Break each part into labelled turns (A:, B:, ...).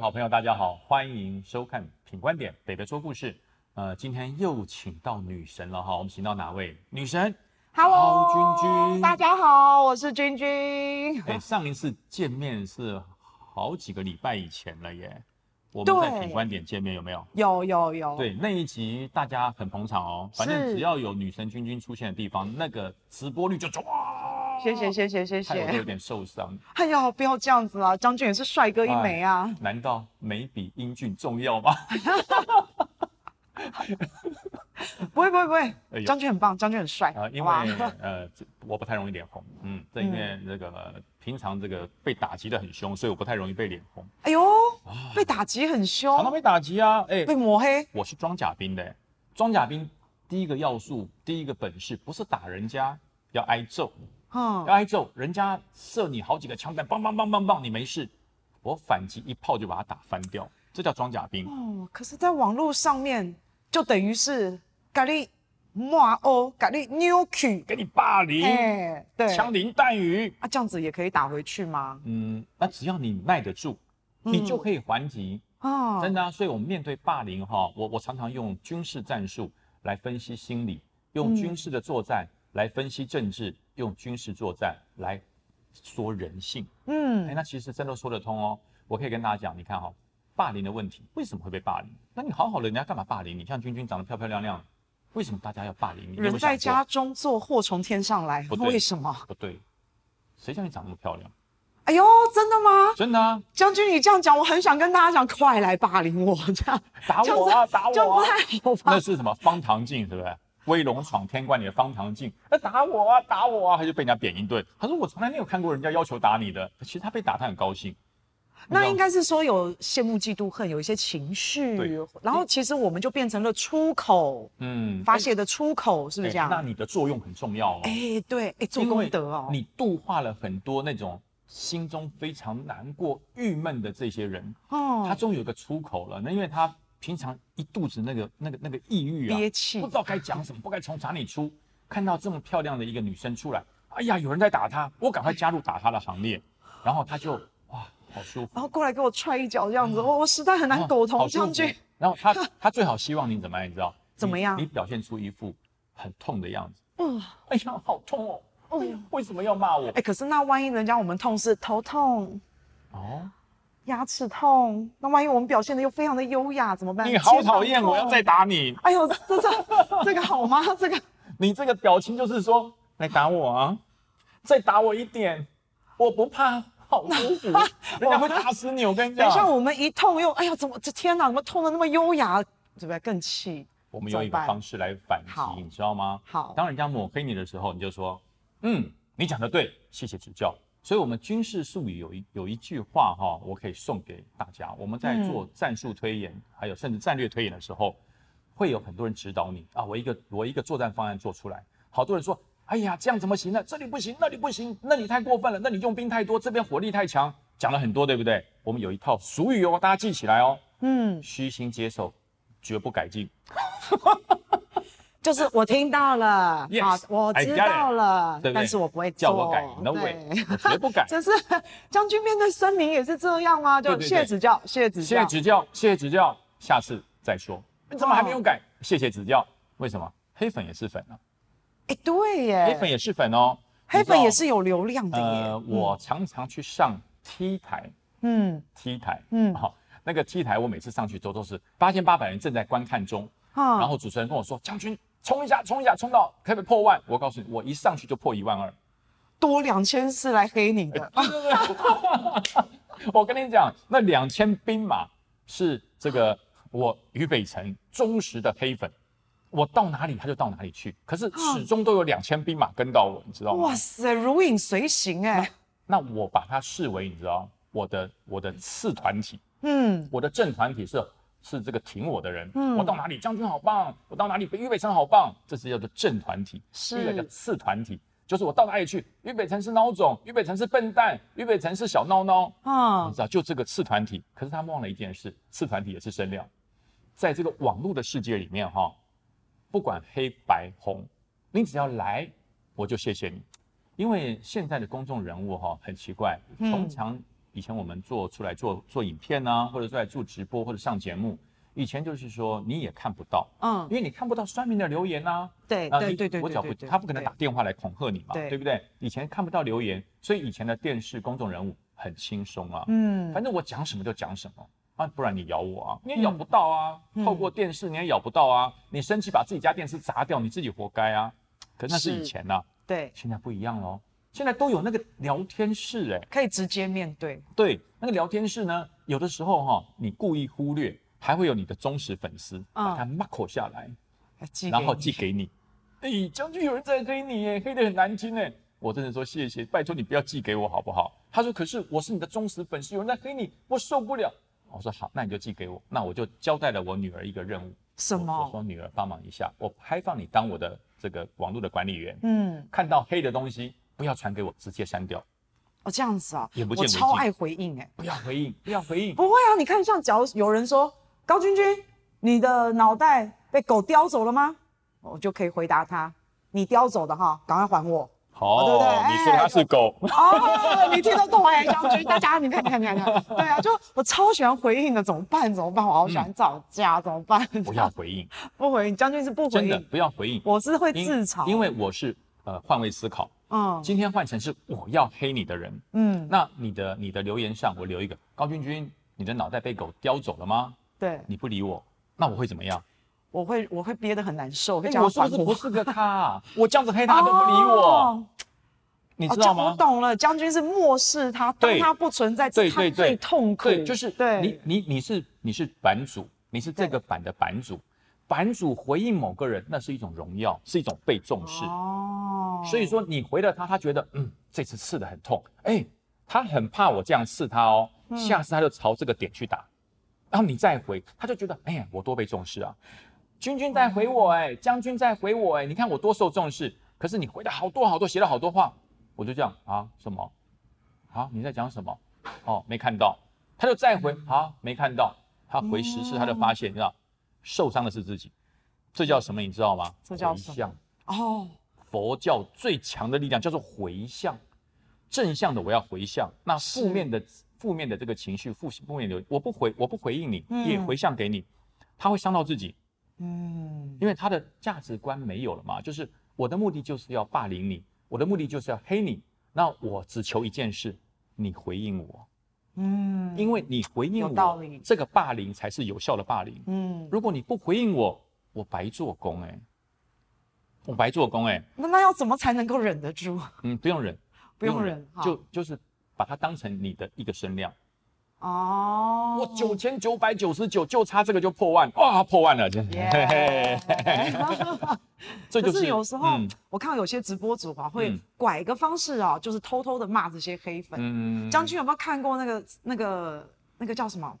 A: 好朋友，大家好，欢迎收看《品观点北北说故事》。呃，今天又请到女神了哈，我们请到哪位？女神。
B: Hello，
A: 君君
B: 大家好，我是君君。
A: 哎，上一次见面是好几个礼拜以前了耶。我们在
B: 对
A: 品观点见面有没有？
B: 有有有，
A: 对，那一集大家很捧场哦。反正
B: 是
A: 只要有女神君君出现的地方，那个直播率就哇。
B: 谢谢谢谢谢
A: 害我都有
B: 谢。
A: 点受伤。
B: 哎呀，不要这样子啦，张俊也是帅哥一枚啊。
A: 难道美比英俊重要吗？
B: 不会不会不
A: 哎呦
B: 会，张俊很棒，张俊很帅，
A: 啊，因
B: 好吧
A: 为呃，这我不太容易脸红，嗯，这因为这个、呃平常这个被打击的很凶，所以我不太容易被脸红，
B: 哎呦，被打击很
A: 啊常常
B: 凶，
A: 被打击啊，哎、
B: 哦被抹黑，
A: 我是装甲兵的、装甲兵第一个要素，第一个本事不是打人家，要挨揍，
B: 嗯
A: 要，挨揍，人家射你好几个枪弹，梆梆梆梆梆，你没事，我反击一炮就把他打翻掉，这叫装甲兵。
B: 哦，可是，在网络上面就等于是咖喱骂欧，咖喱扭曲，
A: 给你霸凌，
B: 哎，对，
A: 枪林弹雨，
B: 啊，这样子也可以打回去吗？
A: 嗯，那只要你耐得住，你
B: 嗯
A: 就可以还击。
B: 啊，
A: 真的啊，所以我们面对霸凌哈，我我常常用军事战术来分析心理，
B: 嗯
A: 用军事的作战来分析政治，用军事作战来说人性。哎，
B: 嗯，
A: 那其实真的说得通哦。我可以跟大家讲，你看哈、霸凌的问题为什么会被霸凌？那你好好的，人家干嘛霸凌你？像君君长得漂漂亮亮，为什么大家要霸凌你？你有没有
B: 人在
A: 想
B: 家
A: 过
B: 中坐，祸从天上来
A: 不，对
B: 为什么？
A: 不对，谁叫你长那么漂亮？
B: 哎呦，真的吗？
A: 真的啊，
B: 将军，你这样讲，我很想跟大家讲，快来霸凌我， 这样
A: 打
B: 这样
A: 我啊，打
B: 这样
A: 我
B: 不
A: 啊！
B: 太好吧？
A: 那是什么方唐镜，是不是？威龙闯天关里的方唐镜，那打我啊，打我啊，他就被人家扁一顿。他说我从来没有看过人家要求打你的，其实他被打他很高兴。
B: 那应该是说有羡慕、嫉妒、恨，有一些情绪
A: 对，
B: 然后其实我们就变成了出口，
A: 嗯，
B: 发泄的出口，是不
A: 哎
B: 是这样？
A: 那你的作用很重要哦，
B: 哎，对，哎，做功德哦
A: 因为，你度化了很多那种心中非常难过、郁闷的这些人，他啊
B: 哦，
A: 终于有个出口了。那因为他平常一肚子那个、那个、那个抑郁啊，
B: 憋气
A: 不知道该讲什么，不该从哪里出。看到这么漂亮的一个女生出来，哎呀，有人在打她，我赶快加入打她的行列。然后他就哇，好舒服，哦
B: 然后哦过来给我踹一脚，这样子，哦我我实在很难苟
A: 啊好
B: 同，
A: 舒服
B: 将军。。
A: 然后他他最好希望你怎么样，你知道？
B: 怎么样
A: 你？你表现出一副很痛的样子。
B: 哦
A: 哎呀，好痛哦！
B: 哦
A: 哎呀，为什么要骂我？
B: 哎，可是那万一人家我们痛是头痛、
A: 哦，
B: 牙齿痛，那万一我们表现的又非常的优雅，怎么办？
A: 你好讨
B: 肩
A: 厌，
B: 膀
A: 我要
B: 痛
A: 再打你。
B: 哎呦，这这这个好吗？这 个
A: 你这个表情就是说，来打我啊，再打我一点，我不怕，好舒 服，人家会打死你，我跟你
B: 等
A: 讲
B: 一。下我们一痛又，哎呀，怎么这天哪，怎么痛的那么优雅，对不对？更气。
A: 我们用一个方式来反
B: 怎么
A: 击，
B: 办
A: 你知道吗？
B: 好
A: 当人家抹黑你的时候，你就说，嗯，你讲的对，谢谢指教。所以，我们军事术语有一有一句话哈、我可以送给大家。我们在做战术推演，还有甚至战略推演的时候，会有很多人指导你啊。我一个我一个作战方案做出来，好多人说，哎呀，这样怎么行呢？这里不行，那里不行，那里太过分了，那里用兵太多，这边火力太强，讲了很多，对不对？我们有一套俗语哦，大家记起来哦，
B: 嗯，
A: 虚心接受，绝不改进。
B: 就是我听到了
A: Yes，
B: 好，我
A: I
B: 知
A: got it，
B: 道了，
A: 对不对？
B: 但是我不会做
A: 叫我改，no
B: 哦对
A: way，我绝不
B: 。
A: 改
B: 这是将军面对森林也是这样吗？
A: 对
B: 就
A: 对对
B: 谢指教，谢指
A: 谢谢
B: 教。
A: 指教，谢谢指教，下次再说。你怎么还没有改？谢谢指教。为什么？黑粉也是粉啊，
B: 哎，对耶，
A: 黑粉也是粉哦。
B: 黑
A: 你知道
B: 粉也是有流量的
A: 呃，
B: 耶。
A: 我常常去上 T 台
B: 嗯，
A: ，T 台，嗯，
B: 嗯
A: 好、那个 T 台我每次上去都都是八千八百人正在观看中，然
B: 哈，
A: 后主持人跟我说：“将军，冲一下，冲一下，冲到可不可以破万？”我告诉你，我一上去就破一万二。
B: 多两千是来黑你的，
A: 我跟你讲，那两千兵马是这个我于北辰忠实的黑粉，我到哪里他就到哪里去，可是始终都有两千兵马跟到我，你知道吗
B: 哇？塞，如影随形哎。
A: 那我把它视为你知道我的我的次团体，
B: 嗯，
A: 我的正团体是是这个挺我的人，我到哪里将军好棒，我到哪里于北辰好棒，这是叫做正团体，
B: 是
A: 一个叫次团体。就是我到哪里去，于北辰是孬种，于北辰是笨蛋，于北辰是小孬孬，
B: 啊
A: 你，知道，就这个次团体，可是他们忘了一件事，次团体也是声量，在这个网络的世界里面哈，不管黑白红，你只要来，我就谢谢你，因为现在的公众人物哈很奇怪，
B: 嗯
A: 通常以前我们做出来做做影片啊，或者出来做直播或者上节目，以前就是说你也看不到，
B: 嗯，
A: 因为你看不到酸民的留言啊，
B: 对
A: 啊，
B: 对
A: 你
B: 对对，
A: 我只要
B: 对
A: 不，
B: 对
A: 他不可能
B: 对
A: 打电话来恐吓你嘛，
B: 对
A: 对不对？以前看不到留言，所以以前的电视公众人物很轻松啊，
B: 嗯
A: 反正我讲什么就讲什么啊，不然你咬我啊，你也咬不到啊，
B: 嗯
A: 透过电视你也咬不到啊，你生气把自己家电视砸掉，你自己活该啊。可是那是
B: 是
A: 以前呐、
B: 对，
A: 现在不一样喽，现在都有那个聊天室哎、
B: 可以直接面对，
A: 对，那个聊天室呢，有的时候哈、你故意忽略，还会有你的忠实粉丝
B: 嗯
A: 把它 mark 下来，
B: 啊寄
A: 然
B: 给
A: 后
B: 你
A: 寄给你。哎，将军有人在黑你耶，黑得很难听哎。我真的说谢谢，拜托你不要寄给我好不好？他说可是我是你的忠实粉丝，有人在黑你，我受不了。我说好，那你就寄给我，那我就交代了我女儿一个任务。
B: 什
A: 我我
B: 么？
A: 说女儿帮忙一下，我开放你当我的这个网络的管理员，
B: 嗯，
A: 看到黑的东西不要传给我，直接删掉，
B: 哦，这样子啊，
A: 眼不见
B: 我
A: 为净
B: 超爱回应哎、
A: 不要回应，不要回 应。
B: 不会啊，你看，像假如有人说高君君，你的脑袋被狗叼走了吗？我就可以回答他，你叼走的哈，赶快还我。
A: 好
B: 对不对
A: 你说
B: 哎
A: 他是狗，
B: 哦，你听得懂哎、高君，大家你看，你看，你看，你看，对啊，就我超喜欢回应的，怎么办？怎么办？我好喜欢吵架，怎么办？
A: 不要回应，
B: 不回应，将军是不回
A: 真的
B: 应，
A: 不要回应。
B: 我是会
A: 因
B: 自嘲，
A: 因为我是呃换位思考，
B: 嗯
A: 今天换成是我要黑你的人，
B: 嗯，
A: 那你的你的留言上我留一个高君君，你的脑袋被狗叼走了吗？
B: 对，
A: 你不理我，那我会怎么样？
B: 我会我会憋得很难受，会
A: 哎
B: 叫
A: 我
B: 他
A: 是不
B: 还
A: 是不
B: 我。
A: 是个咖啊？我这样子黑他都不理我，
B: 哦
A: 你
B: 哦
A: 知道
B: 这样
A: 吗
B: 我？懂了，将军是漠视他，当
A: 对
B: 他不存在，
A: 对
B: 是他
A: 对
B: 最
A: 对
B: 痛苦。
A: 对，就是
B: 对
A: 你你你是你是版主，你是这个版的版主，版主回应某个人，那是一种荣耀，是一种被重视。
B: 哦
A: 所以说你回了他，他觉得嗯，这次刺得很痛，哎、他很怕我这样刺他哦，
B: 嗯
A: 下次他就朝这个点去打，然后你再回，他就觉得哎呀，我多被重视啊，君君在回我
B: 嗯
A: 哎、将军在回我哎、你看我多受重视，可是你回了好多好多，写了好多话，我就这样啊什么啊你在讲什么哦没看到，他就再
B: 嗯
A: 回啊没看到，他回十次他就发现，你知道受伤的是自己，这叫什么你知道吗？
B: 这叫
A: 回
B: 什么
A: 向
B: 哦，
A: 佛教最强的力量叫做回向，正向的我要回向，那负面的负面的这个情绪，负负面的我不回我不回应你，
B: 嗯
A: 也回向给你，他会伤到自己，
B: 嗯，
A: 因为他的价值观没有了嘛，就是我的目的就是要霸凌你，我的目的就是要黑你，那我只求一件事，你回应我，
B: 嗯，
A: 因为你回应
B: 有
A: 我，
B: 道理
A: 这个霸凌才是有效的霸凌。
B: 嗯，
A: 如果你不回应我，我白做工哎、我白做工哎、
B: 那那要怎么才能够忍得住？
A: 嗯，不用忍，
B: 不用忍好
A: 就就是把它当成你的一个声量。
B: 哦，
A: 我九千九百九十九，就差这个就破万，哇，破万了，真的。嘿嘿嘿嘿
B: 耶
A: 这就
B: 可
A: 是
B: 是有时候我看到有些直播主啊，会
A: 嗯
B: 拐一个方式啊，就是偷偷的骂这些黑粉。
A: 嗯
B: 将军有没有看过那个那个那个叫什么？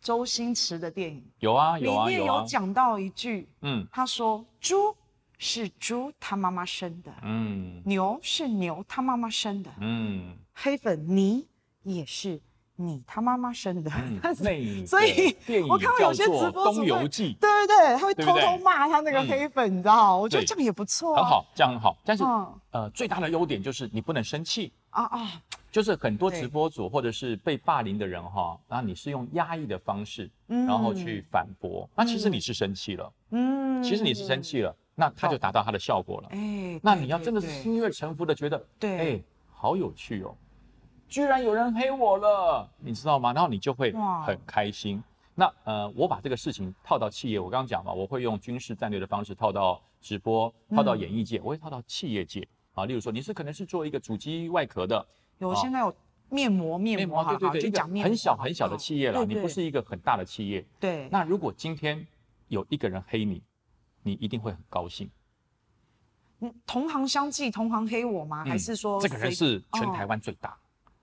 B: 周星驰的电影
A: 有啊有
B: 里
A: 啊
B: 面
A: 有
B: 有
A: 啊，
B: 讲到一句，
A: 嗯
B: 他说：“猪是猪他妈妈生的，
A: 嗯
B: 牛是牛他妈妈生的，
A: 嗯
B: 黑粉你也是你他妈妈生的。
A: 嗯
B: 但，是
A: 那一个
B: 所 以
A: 电影
B: 我看到
A: 叫
B: 有些直
A: 做
B: 播
A: 《
B: 主
A: 东
B: 会
A: 游记
B: 对对对，他会
A: 对不
B: 偷
A: 对
B: 偷骂他那个黑粉，你知道？我觉得
A: 对
B: 这样也不》，错、啊，
A: 很好，这样很好。但是
B: 嗯
A: 呃，最大的优点就是你不能生气，
B: 啊啊，
A: 就是很多
B: 对
A: 直播主或者是被霸凌的人哈，然后你是用压抑的方式，嗯
B: 嗯
A: 然后去反驳，那其实你是生气了。
B: 嗯，嗯
A: 其实你是生，气了，那他就达到他的效果了。
B: 哎，
A: 那
B: 对
A: 你要
B: 对
A: 真的是
B: 对
A: 心悦诚服的觉得，
B: 对
A: 哎，好有趣哦，居然有人黑我了，你知道吗？然后你就会
B: 哇
A: 很开心。那呃，我把这个事情套到企业，我刚刚讲嘛，我会用军事战略的方式套到直播，套到演艺界，我会套到企业界啊。例如说，你是可能是做一个主机外壳的
B: 有
A: 哦
B: 现在有面膜面膜，好
A: 对
B: 了
A: 对
B: 好了
A: 对，
B: 就
A: 一个
B: 讲面膜
A: 很小很小的
B: 哦
A: 企业了，
B: 对
A: 你不
B: 对
A: 是一个很大的企业。
B: 对，
A: 那如果今天有一个人黑你，你一定会很高兴。
B: 嗯同行相忌，同行黑我吗？还是说
A: 嗯这个人
B: 谁
A: 是全台湾最大，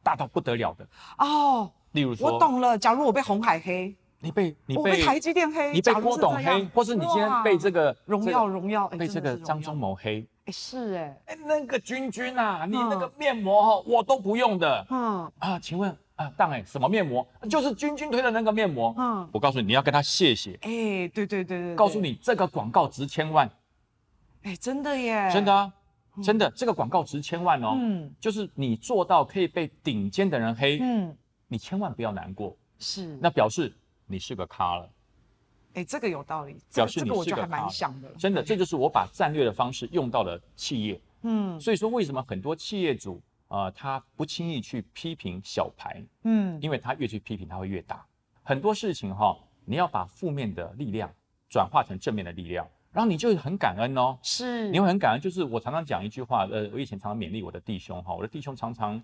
A: 大到不得了的。
B: 哦，
A: 例如说，
B: 我懂了。假如我被红海黑，
A: 你被你
B: 我被
A: 被
B: 台积电黑，
A: 你被
B: 假如
A: 郭
B: 是这
A: 董黑
B: 样，
A: 或是你今天被这
B: 哇
A: 个
B: 荣
A: 这个
B: 耀荣耀哎
A: 被
B: 真
A: 这
B: 的
A: 个
B: 是
A: 张
B: 荣耀
A: 忠谋黑，
B: 哎是哎，
A: 哎，那个君君啊，你那个面膜哈、我都不用的
B: 嗯
A: 啊，请问啊，当哎什么面膜？就是君君推的那个面膜。
B: 嗯，
A: 我告诉你，你要跟他谢谢，
B: 哎对对对对，
A: 告诉
B: 对
A: 你这个广告值千万，
B: 哎真的耶，
A: 真的啊。真的，这个广告值千万哦。
B: 嗯
A: 就是你做到可以被顶尖的人黑，
B: 嗯，
A: 你千万不要难过，
B: 是。
A: 那表示你是个咖了。
B: 哎，这个有道理，这
A: 表
B: 个
A: 示
B: 这
A: 你
B: 个我
A: 是
B: 就
A: 个
B: 还蛮
A: 咖
B: 像的了。
A: 真的，这就是我把战略的方式用到了企业。
B: 嗯
A: 所以说，为什么很多企业主啊、呃他不轻易去批评小牌，
B: 嗯
A: 因为他越去批评，他会越大。很多事情哈、你要把负面的力量转化成正面的力量，然后你就很感恩哦。
B: 是，
A: 你会很感恩，就是我常常讲一句话，呃，我以前常常勉励我的弟兄哈，我的弟兄常常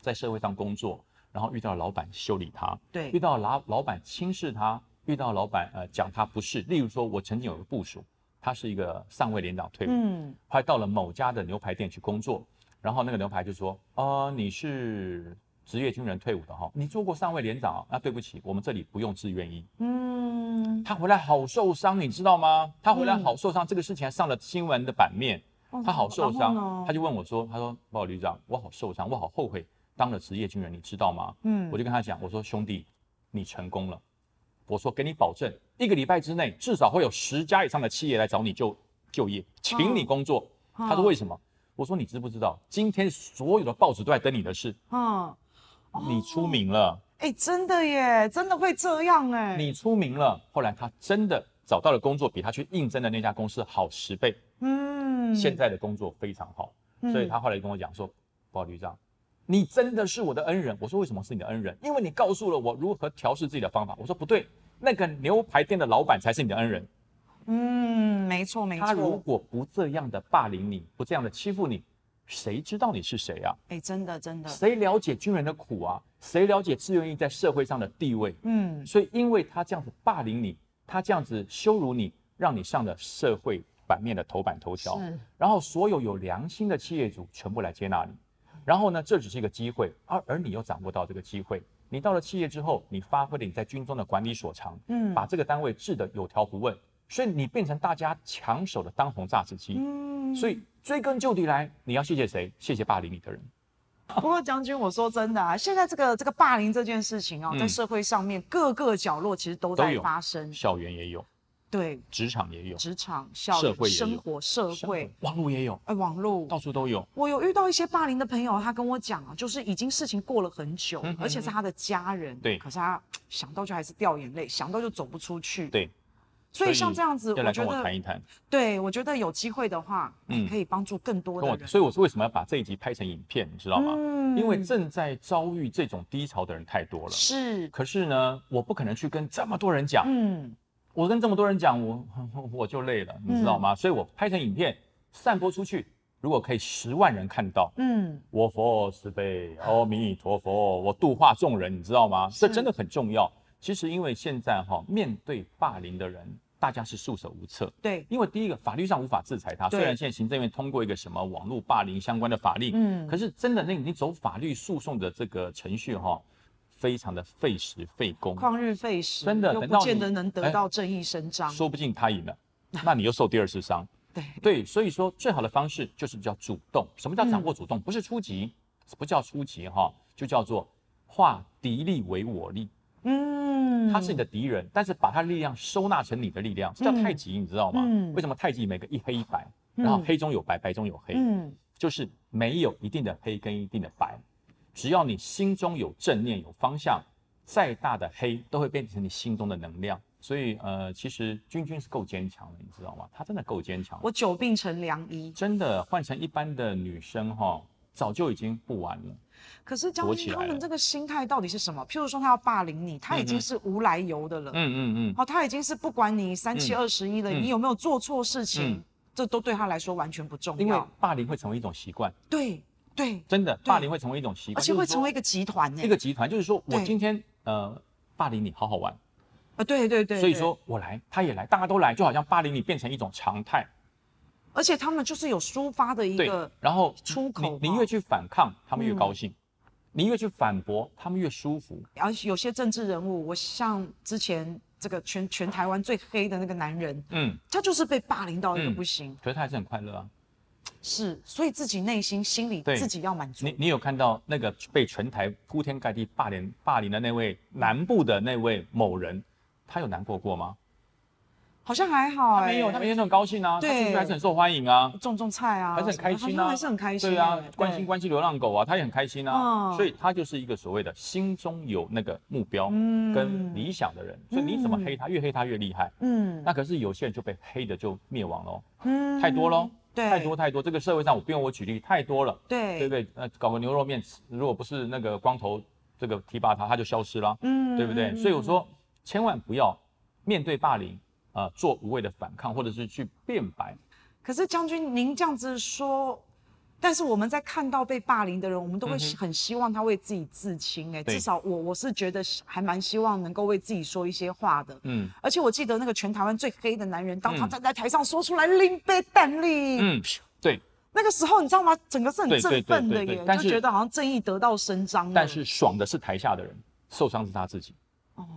A: 在社会上工作，然后遇到老板修理他，遇
B: 对
A: 到老老板轻视他，遇到老板呃讲他不是。例如说，我曾经有个部署，他是一个上尉连长退伍，
B: 嗯
A: 后来到了某家的牛排店去工作，然后那个牛排就说：“呃，你是职业军人退伍的哈，你做过上尉连长啊？那对不起，我们这里不用志愿役。”
B: 嗯，
A: 他回来好受伤，你知道吗？他回来
B: 嗯
A: 好受伤，这个事情还上了新闻的版面。
B: 哦
A: 他好受
B: 然后
A: 伤
B: 呢，
A: 他就问我说：“他说，报告旅长，我好受伤，我好后悔当了职业军人，你知道吗？”
B: 嗯
A: 我就跟他讲，我说兄弟，你成功了。我说给你保证，一个礼拜之内至少会有十家以上的企业来找你就就业，请你工作。
B: 哦
A: 他说为什么？我说你知不知道，今天所有的报纸都在登你的事，
B: 嗯，
A: 你出名了，
B: 哎，真的耶，真的会这样哎，
A: 你出名了。后来他真的找到了工作，比他去应征的那家公司好十倍，
B: 嗯，
A: 现在的工作非常好。
B: 嗯
A: 所以他后来跟我讲说，保旅长，你真的是我的恩人。我说为什么是你的恩人？因为你告诉了我如何调试自己的方法。我说不对，那个牛排店的老板才是你的恩人。
B: 嗯，没错没
A: 他如
B: 错，
A: 果不这样的霸凌你，不这样的欺负你，谁知道你是谁啊？
B: 哎，真的真的，
A: 谁了解军人的苦啊？谁了解志愿役在社会上的地位？
B: 嗯，
A: 所以因为他这样子霸凌你，他这样子羞辱你，让你上了社会版面的头版头条。
B: 是，
A: 然后所有有良心的企业主全部来接纳你。然后呢，这只是一个机会，而而你又掌握到这个机会。你到了企业之后，你发挥了你在军中的管理所长，
B: 嗯
A: 把这个单位治得有条不紊，所以你变成大家抢手的当红炸子鸡。
B: 嗯
A: 所以追根究底来，你要谢谢谁？谢谢霸凌你的人。
B: 不过将军，我说真的啊，现在这个这个霸凌这件事情哦，
A: 嗯
B: 在社会上面各个角落其实都
A: 都
B: 在
A: 有
B: 发生，
A: 校园也有，
B: 对，
A: 职场也有，
B: 职场、校
A: 社
B: 园
A: 会也
B: 生
A: 有
B: 活、社
A: 生
B: 会
A: 活、网络也有，
B: 哎，网络。
A: 到处都有。
B: 我有遇到一些霸凌的朋友，他跟我讲啊，就是已经事情过了很久，
A: 嗯哼
B: 而且是他的家人，
A: 对
B: 可是他想到就还是掉眼泪，想到就走不出去，
A: 对，
B: 所以像这样子，
A: 要
B: 我
A: 来跟
B: 觉
A: 我
B: 得，
A: 谈一谈。
B: 对我觉得有机会的话，哎
A: 嗯
B: 可以帮助更多
A: 跟
B: 的
A: 我，
B: 人，
A: 所以我是为什么要把这一集拍成影片，你知道吗？
B: 嗯
A: 因为正在遭遇这种低潮的人太多了。
B: 是，
A: 可是呢，我不可能去跟这么多人讲，
B: 嗯，
A: 我跟这么多人讲，我 我就累了，你知道吗？
B: 嗯
A: 所以我拍成影片散播出去，如果可以十万人看到，
B: 嗯，
A: 我佛慈悲，阿弥陀佛，我度化众人，你知道吗？这
B: 是
A: 真的很重要。其实因为现在哈、面对霸凌的人，大家是束手无策。
B: 对，
A: 因为第一个，法律上无法制裁他。
B: 对
A: 虽然现在行政院通过一个什么网络霸凌相关的法令，
B: 嗯
A: 可是真的那你走法律诉讼的这个程序哈、非常的费时费工，
B: 旷日费时，
A: 真的
B: 又
A: 等
B: 不
A: 到
B: 见
A: 你
B: 得能得
A: 哎
B: 到正义伸张，
A: 说不定他赢了，那你又受第二次 伤。
B: 对，
A: 对，所以说最好的方式就是叫主动。什么叫掌握
B: 嗯
A: 主动？不是初级，不叫初级哈、就叫做化敌力为我力。
B: 嗯，
A: 他是你的敌人，但是把他的力量收纳成你的力量，这叫
B: 嗯
A: 太极，你知道吗？
B: 嗯
A: 为什么太极每个一黑一白，然后
B: 嗯
A: 黑中有白，白中有黑？
B: 嗯，
A: 就是没有一定的黑跟一定的白，只要你心中有正念、有方向，再大的黑都会变成你心中的能量。所以呃，其实君君是够坚强的，你知道吗？她真的够坚强。
B: 我久病成良医，
A: 真的换成一般的女生哈、早就已经不玩了。
B: 可是将
A: 躲
B: 军
A: 起
B: 他
A: 来
B: 们
A: 了
B: 这个心态到底是什么？譬如说他要霸凌你，他已
A: 嗯
B: 经
A: 哼
B: 是无来由的了，
A: 嗯嗯嗯，
B: 哦，他已经是不管你三七
A: 嗯
B: 二十一了，
A: 嗯
B: 你有没有做错事情
A: 嗯，
B: 这都对他来说完全不重
A: 因为
B: 要。
A: 霸凌会成为一种习惯，
B: 对对，
A: 真的，
B: 对
A: 霸凌会成为一种习惯，
B: 而且会成为一
A: 就
B: 个集团呢
A: 是说一。个集团，就是说我
B: 对
A: 今天呃霸凌你，好好玩，
B: 啊，对对对。
A: 所以
B: 对，
A: 说我来，他也来，大家都来，就好像霸凌你变成一种常态。
B: 而且他们就是有抒发的一
A: 对
B: 个，
A: 然后
B: 出口
A: 你，
B: 嘛
A: 你越去反抗，他们越
B: 嗯
A: 高兴；你越去反驳，他们越舒服。
B: 而且有些政治人物，我像之前这个全全台湾最黑的那个男人，
A: 嗯，
B: 他就是被霸凌到一个
A: 嗯
B: 不行，
A: 可是他还是很快乐啊。
B: 是，所以自己内心心里
A: 对
B: 自己要满足
A: 你。你有看到那个被全台铺天盖地霸
B: 嗯
A: 凌霸凌的那位南部的那位某人，他有难过过吗？
B: 好像还好、欸，
A: 他没有，他每天都很高兴啊，他
B: 对
A: 出去还是很受欢迎啊，
B: 种种菜啊，
A: 还是很开
B: 好
A: 心
B: 像
A: 啊，
B: 还是很开心欸、
A: 对啊，关心关心流浪狗啊，他也很开心啊，
B: 嗯
A: 所以他就是一个所谓的心中有那个目标
B: 嗯
A: 跟理想的人，所以你怎么黑他，越黑他越厉害。
B: 嗯
A: 那可是有些人就被黑的就灭亡哦喽，
B: 嗯
A: 太多喽，
B: 对，
A: 太多太多，这个社会上我不用我举例，太多了，
B: 对
A: 对不对？那搞个牛肉面，如果不是那个光头这个提拔他，他就消失了，
B: 嗯
A: 对不对？所以我说，千万不要面对霸凌啊、呃做无谓的反抗，或者是去辩白。
B: 可是将军，您这样子说，但是我们在看到被霸凌的人，我们都会
A: 嗯哼
B: 很希望他为自己自清、哎、
A: 对
B: 至少我我是觉得还蛮希望能够为自己说一些话的。
A: 嗯
B: 而且我记得那个全台湾最黑的男人，当他
A: 嗯
B: 站在台上说出来“拎杯蛋力”，
A: 嗯，对。
B: 那个时候你知道吗？整个是很
A: 对
B: 振
A: 对对
B: 奋的
A: 对对
B: 耶，
A: 但
B: 就是觉得好像正义得到伸张了。
A: 但是爽的是台下的人，受伤是他自己。
B: 嗯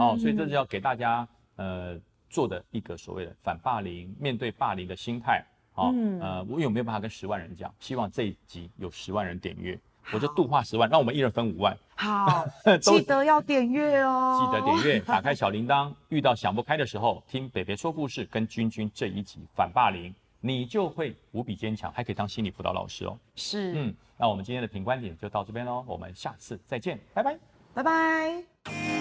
A: 哦，所以这是要给大家呃做的一个所谓的反霸凌、面对霸凌的心态。哦，
B: 嗯
A: 呃，我有没有办法跟十万人讲？希望这一集有十万人点阅，我就度化十万，让我们一人分五万。
B: 好，
A: 都
B: 记得要点阅哦，
A: 记得点阅，打开小铃铛。遇到想不开的时候，听北北说故事跟君君这一集反霸凌，你就会无比坚强，还可以当心理辅导老师哦。
B: 是，
A: 哦嗯，那我们今天的评观点就到这边喽，我们下次再见，拜拜。
B: 拜拜。